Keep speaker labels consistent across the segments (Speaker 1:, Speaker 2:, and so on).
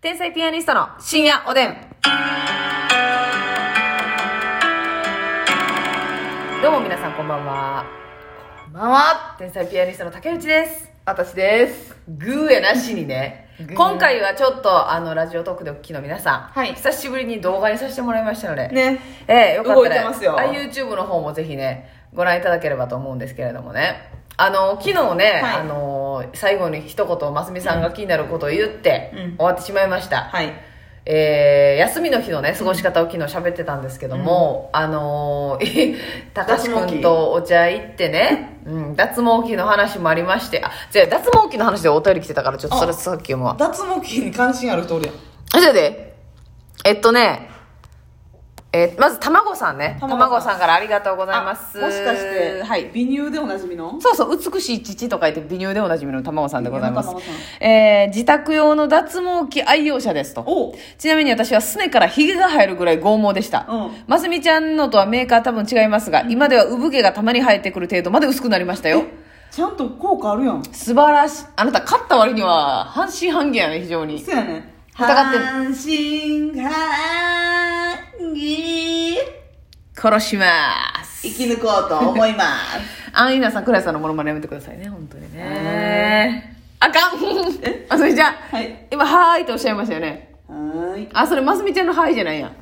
Speaker 1: 天才ピアニストの深夜おでん。どうも皆さんこんばんは。
Speaker 2: こんばんは、
Speaker 1: 天才ピアニストの竹内です。
Speaker 2: 私です。
Speaker 1: グーやなしにね
Speaker 2: グー。
Speaker 1: 今回はちょっとあのラジオトークでお聞きの皆さん、
Speaker 2: はい
Speaker 1: 久しぶりに動画にさせてもらいましたので、
Speaker 2: ね。
Speaker 1: ええよかった
Speaker 2: 動いて
Speaker 1: ら
Speaker 2: ますよ
Speaker 1: あ YouTube の方もぜひねご覧いただければと思うんですけれどもねあの昨日ね、
Speaker 2: はい
Speaker 1: あの最後に一言真澄さんが気になることを言って、
Speaker 2: うん
Speaker 1: 終わってしまいました、
Speaker 2: はい。
Speaker 1: えー休みの日のね過ごし方を昨日喋ってたんですけども、あの ー高橋君とお茶行ってね、うん、脱毛器の話もありましてあじゃあ脱毛器の話でお便り来てたからちょっとそれ
Speaker 2: あ
Speaker 1: さっき読むわ
Speaker 2: 脱毛器に関心ある人おるやん。
Speaker 1: あ、じゃで。えっとね、えーまず、卵さんね。
Speaker 2: 卵さん
Speaker 1: 卵さんからありがとうございます。
Speaker 2: あもしかして、はい。美乳でおなじみの
Speaker 1: そうそう、美しい父と書いて美乳でおなじみの卵さんでございます
Speaker 2: 美乳の卵。
Speaker 1: えー自宅用の脱毛器愛用者ですと。
Speaker 2: おう
Speaker 1: ちなみに私はすねからヒゲが生えるぐらい剛毛でした。
Speaker 2: うん
Speaker 1: ますみちゃんのとはメーカー多分違いますが、今では産毛がたまに生えてくる程度まで薄くなりましたよ。
Speaker 2: ちゃんと効果あるやん。
Speaker 1: 素晴らしい。あなた勝った割には半信半疑やね、非常に。
Speaker 2: そうやね。
Speaker 1: 疑ってる
Speaker 2: 半信半疑。
Speaker 1: 殺します。
Speaker 2: 生き抜こうと思います。
Speaker 1: アンイナさん、クラさんのモノマネやめてくださいね、本当にね。あかんえあ、それじゃあ、
Speaker 2: はい
Speaker 1: 今、はーいとおっしゃいましたよね。
Speaker 2: はーい。
Speaker 1: あ、それ、ますみちゃんのはーいじゃないやん。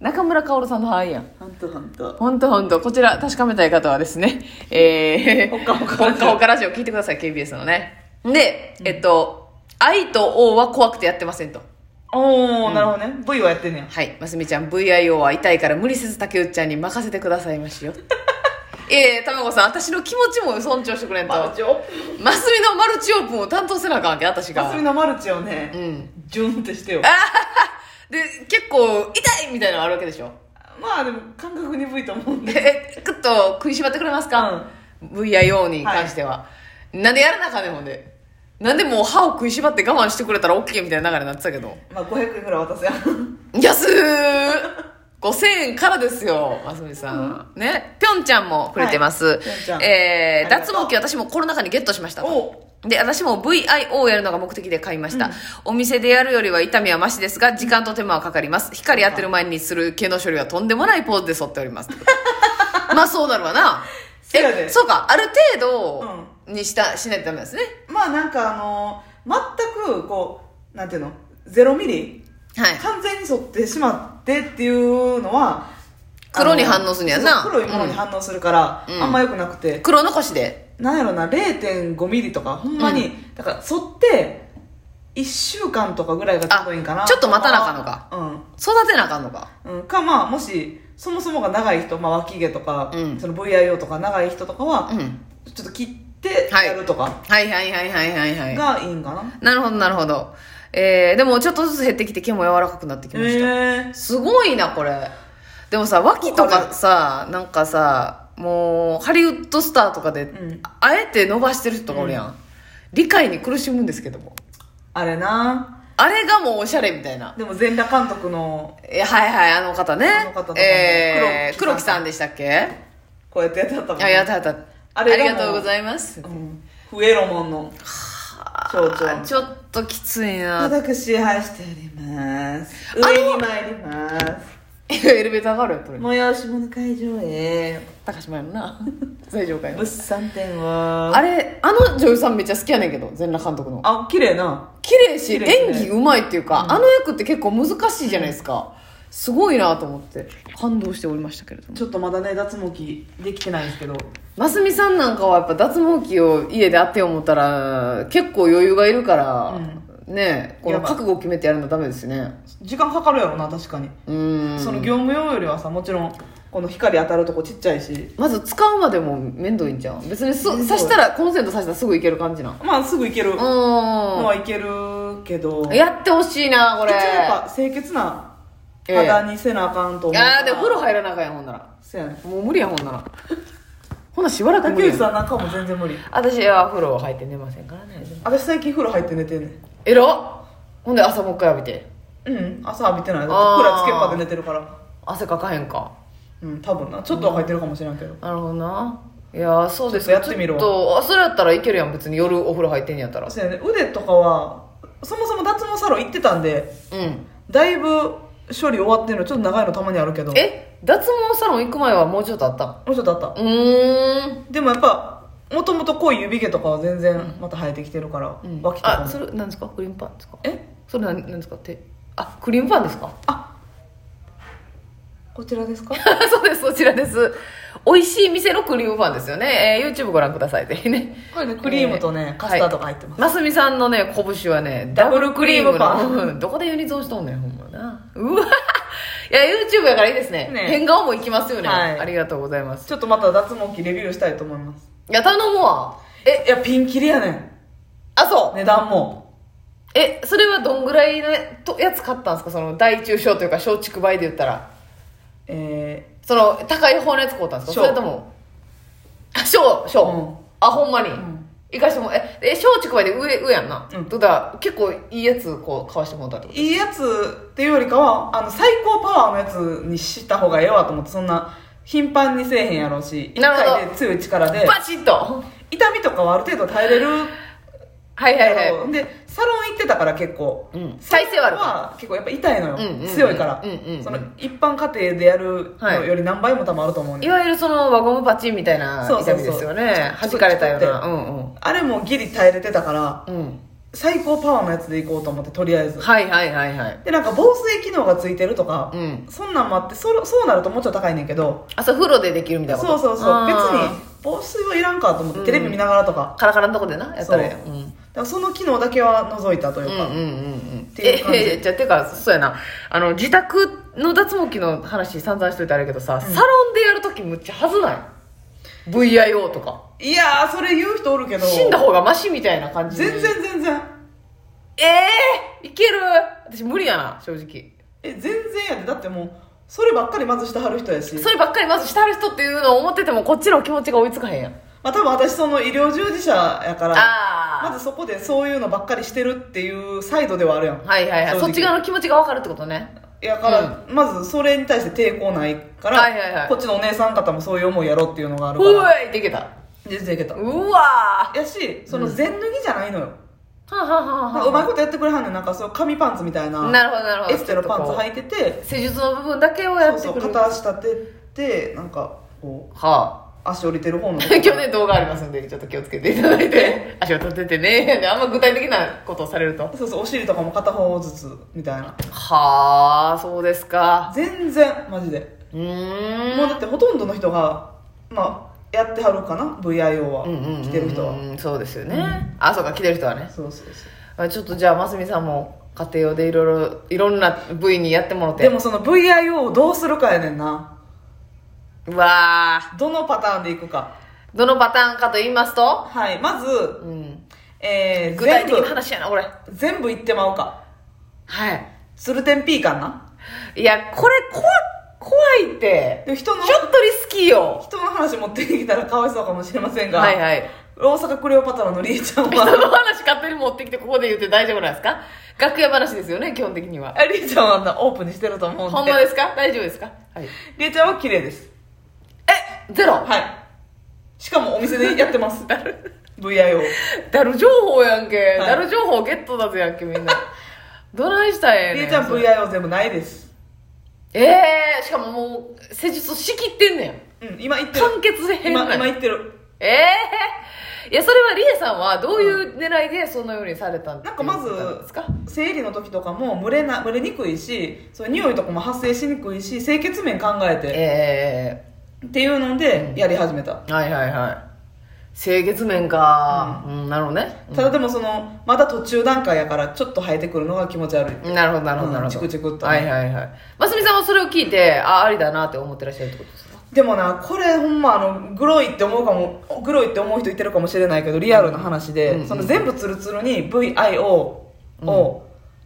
Speaker 1: 中村かおるさんのはーいやん。
Speaker 2: ほんとほんと。
Speaker 1: ほんとほんと。こちら、確かめたい方はですね、えー、
Speaker 2: ほっかほか
Speaker 1: ほっほかラジオ聞いてください、KBS のね。で、えっと、愛と王は怖くてやってませんと。
Speaker 2: おー、なるほどね。V はやってんねや。
Speaker 1: はい、ますみちゃん、VIO は痛いから無理せず竹内ちゃんに任せてくださいましよ。 ええー、たまごさん、私の気持ちも尊重してくれんと。
Speaker 2: チを
Speaker 1: マスミのマルチオープンを担当せなあかんわけ私が
Speaker 2: マスミのマルチを
Speaker 1: う
Speaker 2: ね、
Speaker 1: ん
Speaker 2: ジュンってしてよ。
Speaker 1: で結構痛いみたいなのあるわけでしょ
Speaker 2: まあでも、感覚鈍いと思うんで。
Speaker 1: えクッと食いしばってくれますか、VIO に関しては、なんでやらなあかんねんほんでなんでもう歯を食いしばって我慢してくれたら OK みたいな流れになってたけど
Speaker 2: まあ500円くらい渡すやん。
Speaker 1: 安ー5000円からですよ、ますみさん。ね。ぴょんちゃんもくれてます。
Speaker 2: いぴょんちゃん
Speaker 1: えー、
Speaker 2: ありが
Speaker 1: 脱
Speaker 2: とう
Speaker 1: 毛器私もコロナ禍にゲットしましたと
Speaker 2: お
Speaker 1: で、私も VIO をやるのが目的で買いました。お店でやるよりは痛みはマシですが、時間と手間はかかります。光当てる前にする毛の処理はとんでもないポーズで剃っており ます。まあそうなるわな。
Speaker 2: せやで
Speaker 1: そうか、ある程度にした、しないとダメですね。
Speaker 2: まあなんかあの全くこうなんていうのゼロミリ
Speaker 1: はい。
Speaker 2: 完全に沿ってしまってっていうのは
Speaker 1: 黒に反応するんやんな
Speaker 2: そう黒いものに反応するから、
Speaker 1: うん
Speaker 2: あんま良くなくて、
Speaker 1: 黒残しで。
Speaker 2: なんやろな0 5ミリとかほんまに、
Speaker 1: う
Speaker 2: だから沿って1週間とかぐらいがちょうどいいんかな
Speaker 1: あちょっと待たなあかんのか育てなあかんのか。
Speaker 2: うん、うん、かまあもしそもそもが長い人、まあ、脇毛とか、
Speaker 1: うん
Speaker 2: その VIO とか長い人とかは、
Speaker 1: うん。
Speaker 2: ちょっと切って
Speaker 1: はい
Speaker 2: やるとか
Speaker 1: はいはいはいはいはいはい。
Speaker 2: がいいんかな、
Speaker 1: なるほどなるほど。えー、でもちょっとずつ減ってきて毛も柔らかくなってきました。
Speaker 2: え
Speaker 1: すごいな、これ。でもさ、脇とかさ、なんかさ、もう、ハリウッドスターとかで、
Speaker 2: うん
Speaker 1: あえて伸ばしてる人とかおるやん。理解に苦しむんですけども。
Speaker 2: あれな
Speaker 1: あれがもうおしゃれみたいな。
Speaker 2: でも全裸監督の
Speaker 1: えはいはい、あの方ね。
Speaker 2: あの方とかも
Speaker 1: えー、
Speaker 2: 黒
Speaker 1: 黒
Speaker 2: 木
Speaker 1: 木さ
Speaker 2: さん
Speaker 1: んでしたっけ
Speaker 2: こうやってやってはったもんね
Speaker 1: あ、やったやった。あ
Speaker 2: あれがもう
Speaker 1: りがとうございます。
Speaker 2: うん、フエロモンの象
Speaker 1: あ
Speaker 2: 徴
Speaker 1: ちょっときついな。
Speaker 2: 私生やしております
Speaker 1: あの
Speaker 2: 上に参ります
Speaker 1: エレベーターがあるやっぱり。
Speaker 2: 催し物会場へ
Speaker 1: 高島屋の な最上階の
Speaker 2: 物産展は
Speaker 1: あれあの女優さんめっちゃ好きやねんけど全裸監督の
Speaker 2: あ綺麗な
Speaker 1: 綺麗し
Speaker 2: 綺麗ですね
Speaker 1: 演技うまいっていうか、あの役って結構難しいじゃないですか、すごいなと思って感動しておりましたけれども
Speaker 2: ちょっとまだね脱毛器できてないんですけど
Speaker 1: ますみさんなんかはやっぱ脱毛器を家であって思ったら結構余裕がいるから、ねえこの
Speaker 2: やばい
Speaker 1: 覚悟を決めてやるのダメですね
Speaker 2: 時間かかるやろな確かに、
Speaker 1: うーん
Speaker 2: その業務用よりはさもちろんこの光当たるとこちっちゃいし
Speaker 1: まず使うまでも面倒いんじゃん別にそ
Speaker 2: 面
Speaker 1: 刺
Speaker 2: 倒い
Speaker 1: したらコンセント刺したらすぐいける感じなん
Speaker 2: まあすぐいける
Speaker 1: う
Speaker 2: のは
Speaker 1: ー
Speaker 2: いけるけど
Speaker 1: んやってほしいなこ
Speaker 2: 一応
Speaker 1: れ
Speaker 2: やっぱ清潔な肌にせなあかんと思うか
Speaker 1: あ
Speaker 2: ら
Speaker 1: あでも風呂入らなあかんやんほんなら
Speaker 2: そうやね
Speaker 1: もう無理やほんならほんならしばらく無
Speaker 2: 竹
Speaker 1: 理
Speaker 2: 内
Speaker 1: やん
Speaker 2: さんなんかも全然無理
Speaker 1: 私は風呂入って寝ませんからね
Speaker 2: 私最近風呂入って寝てんねん
Speaker 1: えらっほんで朝もう一回浴びて
Speaker 2: うん朝浴びてないだって
Speaker 1: あー
Speaker 2: クーラーつけっぱで寝てるから
Speaker 1: 汗かかへんか
Speaker 2: うん多分なちょっとは入ってるかもしれんけど、
Speaker 1: なるほどないやーそうです
Speaker 2: ちょっとやってみるわ
Speaker 1: ちょっとあそれやったらいけるやん別に夜お風呂入ってんやったら
Speaker 2: そうやね腕とかはそもそも脱毛サロン行ってたんで
Speaker 1: うん
Speaker 2: だいぶ処理終わってるのちょっと長いのたまにあるけど
Speaker 1: え脱毛サロン行く前はもうちょっとあった
Speaker 2: もうちょっとあった
Speaker 1: うーん
Speaker 2: でもやっぱもともと濃い指毛とかは全然また生えてきてるから、
Speaker 1: うん
Speaker 2: 脇とか
Speaker 1: あそ
Speaker 2: も
Speaker 1: れなんですかクリームパンですか
Speaker 2: え
Speaker 1: それなんなんですかってあクリームパンですか
Speaker 2: あこちらですか
Speaker 1: そうですそちらです美味しい店のクリームパンですよね、えー YouTube ご覧くださいぜひね
Speaker 2: これね クリームとね、
Speaker 1: え
Speaker 2: カスタードが入ってます、
Speaker 1: はい、ますみさんのね拳はねダ
Speaker 2: ダ
Speaker 1: ブ
Speaker 2: ブ
Speaker 1: ル
Speaker 2: ル
Speaker 1: ク
Speaker 2: ク
Speaker 1: リ
Speaker 2: リ
Speaker 1: ー
Speaker 2: ー
Speaker 1: ム
Speaker 2: ム
Speaker 1: の
Speaker 2: パン
Speaker 1: うん どこでユニゾンしとんねんほんまなうわいや YouTube やからいいですね
Speaker 2: ね
Speaker 1: 変顔もいきますよね、
Speaker 2: はい
Speaker 1: ありがとうございます
Speaker 2: ちょっとまた脱毛器レビューしたいと思います
Speaker 1: いや頼むわえ
Speaker 2: いやピンキリやねん
Speaker 1: あそう、
Speaker 2: 値段も
Speaker 1: えそれはどんぐらいのとやつ買ったんですかその大中小というか小畜梅で言ったら
Speaker 2: え
Speaker 1: その高い方のやつ買うたんですか
Speaker 2: 小
Speaker 1: それともあ小小、
Speaker 2: うん
Speaker 1: あほんまに、
Speaker 2: ん
Speaker 1: いかしてもええ小畜梅で上上やんな、
Speaker 2: うん
Speaker 1: だから結構いいやつこう買わしてもらったってこ
Speaker 2: ーいいやつっていうよりかはあの最高パワーのやつにした方がええわと思ってそんな頻繁にせえへんやろうし一
Speaker 1: なるほど
Speaker 2: 回で強い力
Speaker 1: と
Speaker 2: で
Speaker 1: バチッと
Speaker 2: 痛みとかはある程度耐えれる
Speaker 1: はいはいはい、
Speaker 2: い、でサロン行ってたから結構、
Speaker 1: うん再生はある
Speaker 2: は結構やっぱ痛いのよ、
Speaker 1: うんうんうん
Speaker 2: 強いから、
Speaker 1: うんうんうん
Speaker 2: その一般家庭でやるのより何倍も多分あると思うねん、
Speaker 1: いわゆるその輪ゴムパチンみたいな
Speaker 2: そうそ
Speaker 1: 痛
Speaker 2: う
Speaker 1: み
Speaker 2: そう
Speaker 1: ですよね弾かれたよう
Speaker 2: ちょっ
Speaker 1: な
Speaker 2: と
Speaker 1: うん
Speaker 2: あれもギリ耐えれてたから
Speaker 1: うんうん
Speaker 2: 最高パワーのやつで行こうと思ってとりあえず
Speaker 1: はいはいはいはい
Speaker 2: でなんか防水機能がついてるとか
Speaker 1: う、ん
Speaker 2: そんなんもあってそれそうなるともうちょっと高いねんけど
Speaker 1: あそう風呂でできるみたいなこ
Speaker 2: そ
Speaker 1: と
Speaker 2: うそうそう別
Speaker 1: あ
Speaker 2: に
Speaker 1: ー
Speaker 2: 防水はいらんかと思って、テレビ見ながらとか
Speaker 1: カラカラのとこでなやったらええやん
Speaker 2: そう
Speaker 1: うん
Speaker 2: だからその機能だけは除いたという
Speaker 1: うん
Speaker 2: か、
Speaker 1: うんうんうん
Speaker 2: ていう感じ
Speaker 1: ええじゃあてかそうやなあの自宅の脱毛器の話散々しといてあれやけどさ、サロンでやるときむっちゃはずない VIO とか
Speaker 2: いやーそれ言う人おるけど
Speaker 1: 死んだ方がマシみたいな感じに
Speaker 2: 全然全然
Speaker 1: ええいける私無理やな正直
Speaker 2: え全然やでだってもうそればっかりまずしてはる人やし
Speaker 1: そればっかりまずしたる人っていうのを思っててもこっちの気持ちが追いつかへんやん
Speaker 2: まあ多分私その医療従事者やから
Speaker 1: あ
Speaker 2: まずそこでそういうのばっかりしてるっていうサイドではあるやん
Speaker 1: はいはいはいそ
Speaker 2: 正直
Speaker 1: っち側の気持ちが分かるってことね
Speaker 2: やから、まずそれに対して抵抗ないから、
Speaker 1: はいはいはい
Speaker 2: こっちのお姉さん方もそういう思いやろうっていうのがある
Speaker 1: ふ
Speaker 2: か
Speaker 1: う
Speaker 2: ら
Speaker 1: いできた
Speaker 2: 全然いけた
Speaker 1: うわ
Speaker 2: やしその全脱ぎじゃないのよ、
Speaker 1: ーはは
Speaker 2: なん
Speaker 1: は
Speaker 2: か
Speaker 1: は
Speaker 2: うまいことやってくれはんねんなんかそう紙パンツみたいな
Speaker 1: なるほどなるほど
Speaker 2: エステのパンツ
Speaker 1: い
Speaker 2: 履いてて
Speaker 1: 施術の部分だけをや
Speaker 2: そう
Speaker 1: って
Speaker 2: そ
Speaker 1: く
Speaker 2: う
Speaker 1: る
Speaker 2: 片足立ててなんかこ う
Speaker 1: はあ
Speaker 2: 足降りてる方の
Speaker 1: 今日ね動画ありますんでちょっと気をつけていただいて 足を立ててねであんま具体的なことをされると
Speaker 2: そうそうお尻とかも片方ずつみたいな
Speaker 1: はあそうですか
Speaker 2: 全然マジで、
Speaker 1: うーん
Speaker 2: もうだってほとんどの人がまあやってはるかな VIO は、
Speaker 1: うんうんうんうん
Speaker 2: 来てる人は
Speaker 1: そうですよね、あそうか来てる人はね
Speaker 2: そうそうそう
Speaker 1: あちょっとじゃあますみさんも家庭用でいろいろいろんな部位にやってもろて
Speaker 2: でもその VIO をどうするかやねんな
Speaker 1: うわあ
Speaker 2: どのパターンでいくか
Speaker 1: どのパターンかと言いますと、
Speaker 2: はいまず、
Speaker 1: うん、
Speaker 2: えー、
Speaker 1: 具体的
Speaker 2: 全
Speaker 1: な話やなこれ
Speaker 2: 部全部言ってまうか
Speaker 1: は
Speaker 2: ツルテンピーかない
Speaker 1: いやこれ怖怖いって
Speaker 2: で人
Speaker 1: ち
Speaker 2: の
Speaker 1: ょっとリスキーよ
Speaker 2: 人の話持ってきたらかわいそうかもしれませんが、
Speaker 1: はいはい
Speaker 2: 大阪クレオパトラのりえちゃん
Speaker 1: 人
Speaker 2: は
Speaker 1: の話勝手に持ってきてここで言って大丈夫なんですか楽屋話ですよね基本的には
Speaker 2: ありえちゃんはあんなオープンにしてると思うんで
Speaker 1: ほんまですか大丈夫ですかはい
Speaker 2: りえちゃんは綺麗です
Speaker 1: えゼロ
Speaker 2: はい。しかもお店でやっ てます。VIO。
Speaker 1: ダル情報やんけ、
Speaker 2: はい
Speaker 1: ダル情報ゲットだぜやんけみんなどないしたらええ
Speaker 2: り
Speaker 1: ね
Speaker 2: え
Speaker 1: ん
Speaker 2: ちゃん
Speaker 1: それ
Speaker 2: VIO 全部ないです。
Speaker 1: ええしかももう施術しきってんねん
Speaker 2: うん、今言ってる。
Speaker 1: 完結で変
Speaker 2: 今、
Speaker 1: な
Speaker 2: 今言ってる。
Speaker 1: ええいやそれはリエさんはどういう狙いでそのようにされたん
Speaker 2: なんかまず
Speaker 1: ですか
Speaker 2: 生理の時とかも蒸れな、蒸れにくいし、そういう匂いとかも発生しにくいし、清潔面考えて、
Speaker 1: え
Speaker 2: っていうので、やり始めた。
Speaker 1: えはいはいはい清潔面か、うんなるほどね、
Speaker 2: ただでもその、まだ途中段階やから、ちょっと生えてくるのが気持ち悪い。
Speaker 1: なるほどなるほどなるほど、
Speaker 2: うんチクチクっとね
Speaker 1: はいはいはいますみさんはそれを聞いてあありだなって思ってらっしゃるってことですか
Speaker 2: でもな、これほんまあの、グロいって思うかも、グロいって思う人いてるかもしれないけど、リアルな話で、
Speaker 1: うん
Speaker 2: その全部ツルツルに VIO を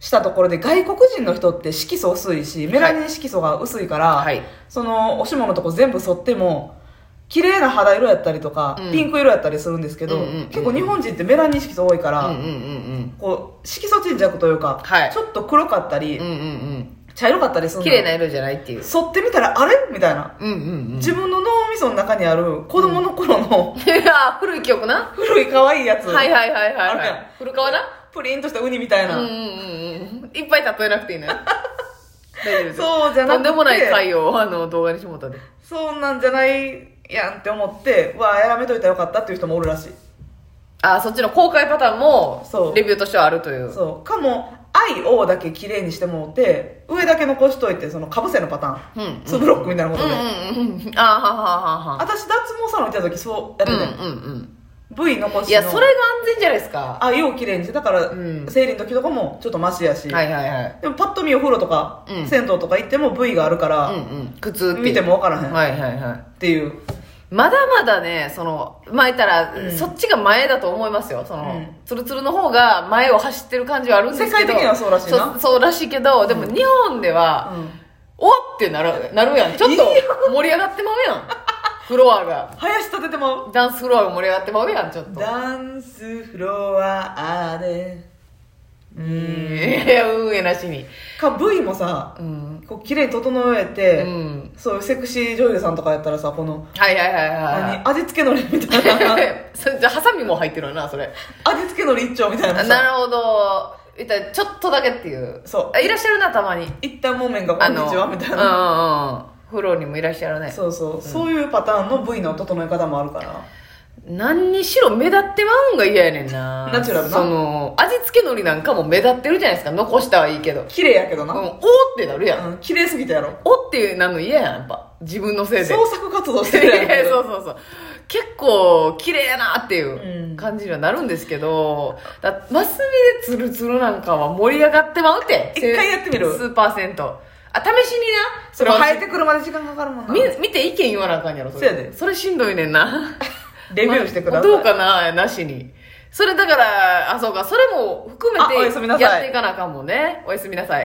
Speaker 2: したところで、外国人の人って色素薄いし、メラニン色素が薄いから、
Speaker 1: はい
Speaker 2: その、おしものとこ全部剃っても、綺麗な肌色やったりとか、
Speaker 1: うん
Speaker 2: ピンク色やったりするんですけど、
Speaker 1: うんうんうん
Speaker 2: 結構日本人ってメラニン色素多いから、
Speaker 1: うんうんうん
Speaker 2: こう、色素沈着というか、
Speaker 1: はい
Speaker 2: ちょっと黒かったり、
Speaker 1: うんうんうん
Speaker 2: 茶色かったりす
Speaker 1: う
Speaker 2: る
Speaker 1: ん
Speaker 2: の
Speaker 1: 綺麗な色じゃないっていう
Speaker 2: 剃ってみたら、あれみたいな。
Speaker 1: うんうん
Speaker 2: 自分の脳みその中にある子供の頃の
Speaker 1: うんいや古い記憶な
Speaker 2: 古い可愛いやつ、
Speaker 1: はいはいはいはい、
Speaker 2: ある
Speaker 1: は
Speaker 2: や
Speaker 1: い、古川な
Speaker 2: プリンとしたウニみたい
Speaker 1: うんうん
Speaker 2: な。
Speaker 1: うんうんいっぱい例えなくていいのよ 大丈夫です
Speaker 2: そうじゃなくて
Speaker 1: とんでもない回をあの動画にしてもらったで
Speaker 2: そんなんじゃないやんって思って、わあ、やらめといたらよかったっていう人もおるらしい。
Speaker 1: あそっちの公開パターンも
Speaker 2: そう
Speaker 1: レビューとしてはあるという
Speaker 2: そう。かも、IO だけ綺麗にしてもうて、上だけ残しといて、そのかぶせのパターン。
Speaker 1: うんうん
Speaker 2: ツーブロックみたいなこと
Speaker 1: う
Speaker 2: で。
Speaker 1: んうんうんあはははは
Speaker 2: 私、脱毛サロン行った時そうやって
Speaker 1: うん
Speaker 2: ね、
Speaker 1: うん
Speaker 2: 部位残
Speaker 1: う
Speaker 2: し
Speaker 1: ん
Speaker 2: の
Speaker 1: いやそれが安全じゃないですか
Speaker 2: あよう綺麗にしてだから、
Speaker 1: うん
Speaker 2: 生理の時とかもちょっとマシやし、
Speaker 1: はいはいはい
Speaker 2: でもパッと見お風呂とか、
Speaker 1: うん
Speaker 2: 銭湯とか行っても部位があるか
Speaker 1: う
Speaker 2: ら、
Speaker 1: んうん苦痛っていう
Speaker 2: 見ても分からへん、っ
Speaker 1: はいはいはい
Speaker 2: ていう、
Speaker 1: まだまだねその前たら、
Speaker 2: うん
Speaker 1: そっちが前だと思いますよその、
Speaker 2: うん
Speaker 1: ツルツルの方が前を走ってる感じはあるんですけど
Speaker 2: 世界的にはそうらしいな
Speaker 1: そそうらしいけどでも日本では、おっってなるなるやんちょっと盛り上がってまうやんフロアが
Speaker 2: 林立てても
Speaker 1: ダンスフロアが盛り上がってまうやんちょっと
Speaker 2: ダンスフロアでう
Speaker 1: うん
Speaker 2: ん
Speaker 1: いや運営なしに
Speaker 2: か部位もさ
Speaker 1: うん、
Speaker 2: こう綺麗に整え
Speaker 1: う
Speaker 2: て、
Speaker 1: ん、
Speaker 2: そういうセクシー女優さんとかやったらさこの
Speaker 1: はいはいはいはい
Speaker 2: 何味付けのりみたい な
Speaker 1: それじゃあハサミも入ってるわなそれ
Speaker 2: 味付けのり一丁みたいな
Speaker 1: あ
Speaker 2: さ
Speaker 1: なるほどいったらちょっとだけっていう
Speaker 2: そう
Speaker 1: あいらっしゃるなたまに
Speaker 2: 一旦もめんがこ
Speaker 1: あ
Speaker 2: ん
Speaker 1: の
Speaker 2: にちはみたいな
Speaker 1: うんうんうんフローにもいらっしゃるね
Speaker 2: そうそう、そういうパターンの部位の整え方もあるから
Speaker 1: 何にしろ目立ってまうんが嫌やねんな
Speaker 2: ナチュラルな
Speaker 1: その味付け海苔なんかも目立ってるじゃないですか残したはいいけど、うん、
Speaker 2: 綺麗やけどな、
Speaker 1: おーってなるやん、
Speaker 2: うん綺麗すぎたやろ
Speaker 1: おってなの嫌やんやっぱ自分のせいで
Speaker 2: 創作活動 してるやん けど
Speaker 1: そうそうそう結構綺麗やなっていううん感じにはなるんですけど、だマス目でツルツルなんかは盛り上がってまうって
Speaker 2: 一回やってみる
Speaker 1: スーパーセントあ試しにな
Speaker 2: それ
Speaker 1: は
Speaker 2: 生えてくるまで時間かかるもんな
Speaker 1: み見て意見言わなあかんやろそれ
Speaker 2: そうやで
Speaker 1: それしんどいねんな
Speaker 2: レビューしてください、
Speaker 1: どうかななしにそれだからあそうかそれも含め
Speaker 2: あおやすみな
Speaker 1: て
Speaker 2: さい
Speaker 1: やっていかなあかんもんねおやすみなさい